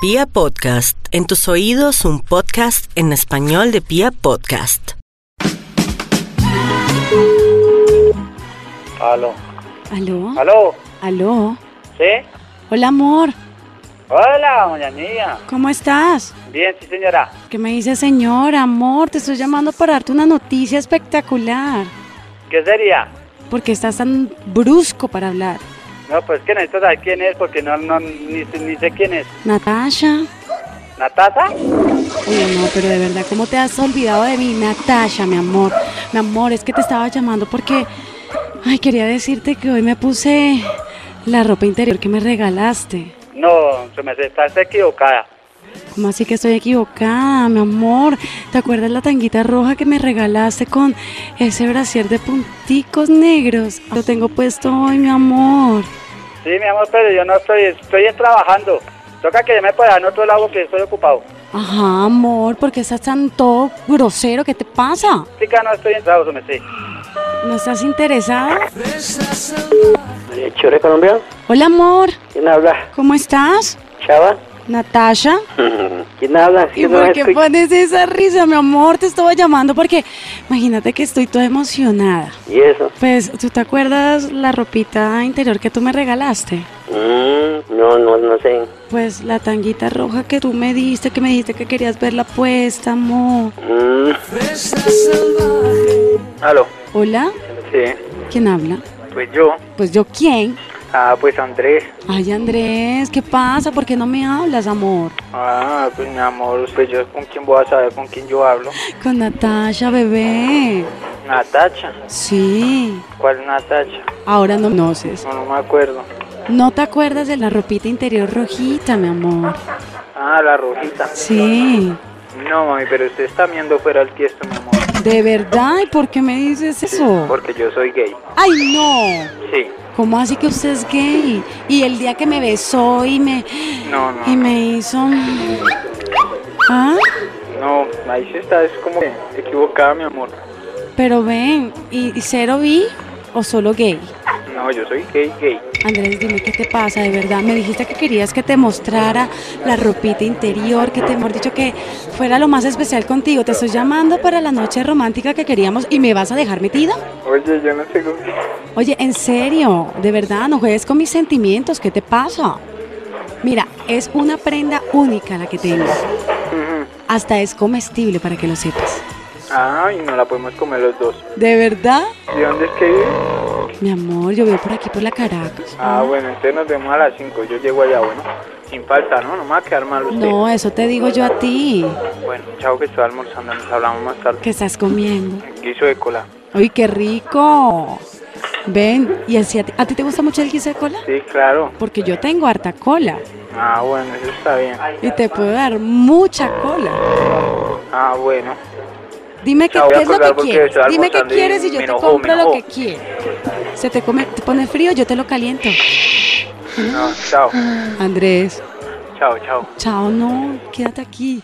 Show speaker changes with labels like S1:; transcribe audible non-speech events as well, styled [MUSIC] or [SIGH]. S1: Pia Podcast, en tus oídos un podcast en español de Pia Podcast.
S2: Aló.
S3: Aló,
S2: Aló.
S3: aló.
S2: ¿Sí?
S3: Hola, amor.
S2: Hola, doña niña.
S3: ¿Cómo estás?
S2: Bien, sí, señora.
S3: ¿Qué me dices, señor? Amor, te estoy llamando para darte una noticia espectacular.
S2: ¿Qué sería?
S3: ¿Por qué estás tan brusco para hablar?
S2: No, pues que necesito saber quién es porque no, no ni, sé- ni sé quién es.
S3: Natasha.
S2: ¿Natasha?
S3: Uy, no, pero de verdad, ¿cómo te has olvidado de mí, Natasha, mi amor? Mi amor, es que te estaba llamando porque... Ay, quería decirte que hoy me puse la ropa interior que me regalaste.
S2: No, se me está, está equivocada.
S3: ¿Cómo así que estoy equivocada, mi amor? ¿Te acuerdas la tanguita roja que me regalaste con ese brasier de punticos negros? Lo tengo puesto hoy, mi amor.
S2: Sí, mi amor, pero yo no estoy, estoy trabajando. Toca que me pueda en otro lado que estoy ocupado.
S3: Ajá, amor, ¿por qué estás tan todo grosero? ¿Qué te pasa?
S2: Chica, no estoy en trabajo, se me sí.
S3: ¿No estás interesada?
S2: ¿Chure Colombia?
S3: Hola, amor.
S2: ¿Quién habla?
S3: ¿Cómo estás?
S2: ¿Chava? [LAUGHS]
S3: Natasha.
S2: ¿Quién habla?
S3: ¿Y por qué pones esa risa, mi amor? Te estaba llamando porque imagínate que estoy toda emocionada.
S2: ¿Y eso?
S3: Pues, ¿tú te acuerdas la ropita interior que tú me regalaste?
S2: Mm, no, no, no sé.
S3: Pues la tanguita roja que tú me diste, que me dijiste que querías verla puesta, amor.
S2: Mm. Aló.
S3: Hola,
S2: Sí,
S3: ¿quién habla?
S2: pues yo.
S3: Pues yo, ¿quién?
S2: Ah, pues Andrés.
S3: Ay, Andrés, ¿qué pasa? ¿Por qué no me hablas, amor?
S2: Ah, pues mi amor, pues yo con quién voy a saber con quién yo hablo.
S3: Con Natasha, bebé.
S2: Natacha.
S3: Sí,
S2: ¿Cuál Natacha?
S3: ahora no conoces.
S2: No, no me acuerdo.
S3: ¿No te acuerdas de la ropita interior rojita, mi amor?
S2: Ah, la rojita.
S3: Sí,
S2: No, mami, pero usted está viendo fuera el tiesto, mi amor.
S3: de verdad, ¿y por qué me dices eso?
S2: Porque yo soy gay.
S3: ¡Ay, no!
S2: Sí.
S3: ¿Cómo así que usted es gay? Y el día que me besó y me...
S2: No, no.
S3: Y me hizo... ¿Ah?
S2: No, ahí sí está, es como equivocada, mi amor.
S3: Pero ven, ¿y, y cero bi o solo gay?
S2: No, yo soy gay, gay.
S3: Andrés, dime qué te pasa, de verdad. Me dijiste que querías que te mostrara la ropita interior, que te hemos dicho que fuera lo más especial contigo. Te estoy llamando para la noche romántica que queríamos y me vas a dejar metida.
S2: Oye, yo no sé con quién.
S3: Oye, en serio, de verdad, no juegues con mis sentimientos, ¿qué te pasa? Mira, es una prenda única la que tengo.
S2: Ujú.
S3: Hasta es comestible para que lo sepas.
S2: Ay, Ah, no la podemos comer los dos.
S3: ¿De verdad?
S2: ¿De dónde es que vive?
S3: Mi amor, yo veo por aquí por la Caracas.
S2: Ah, bueno, entonces nos vemos a las 5. Yo llego allá, bueno. Sin falta, ¿no? No me va a quedar mal usted.
S3: No, eso te digo yo a ti,
S2: Bueno, chao, que estoy almorzando. Nos hablamos más tarde.
S3: que estás comiendo.
S2: Guiso de cola.
S3: ¡Uy, qué rico! Ven, ¿y así a ti, a ti te gusta mucho el guiso de cola?
S2: Sí, claro.
S3: Porque yo tengo harta cola
S2: Ah, bueno, eso está bien.
S3: y te puedo dar mucha cola.
S2: Ah, bueno.
S3: Dime qué,
S2: Chao, voy a
S3: qué es lo
S2: colgar
S3: que
S2: porque
S3: quieres.
S2: estoy
S3: Dime qué
S2: almorzando y
S3: quieres y yo
S2: me
S3: te
S2: enojó,
S3: compro
S2: me
S3: lo que
S2: enojó.
S3: quieres. Se te, come, te pone frío, yo te lo caliento.
S2: No, chao.
S3: Andrés,
S2: Chao, chao.
S3: chao, no, quédate aquí.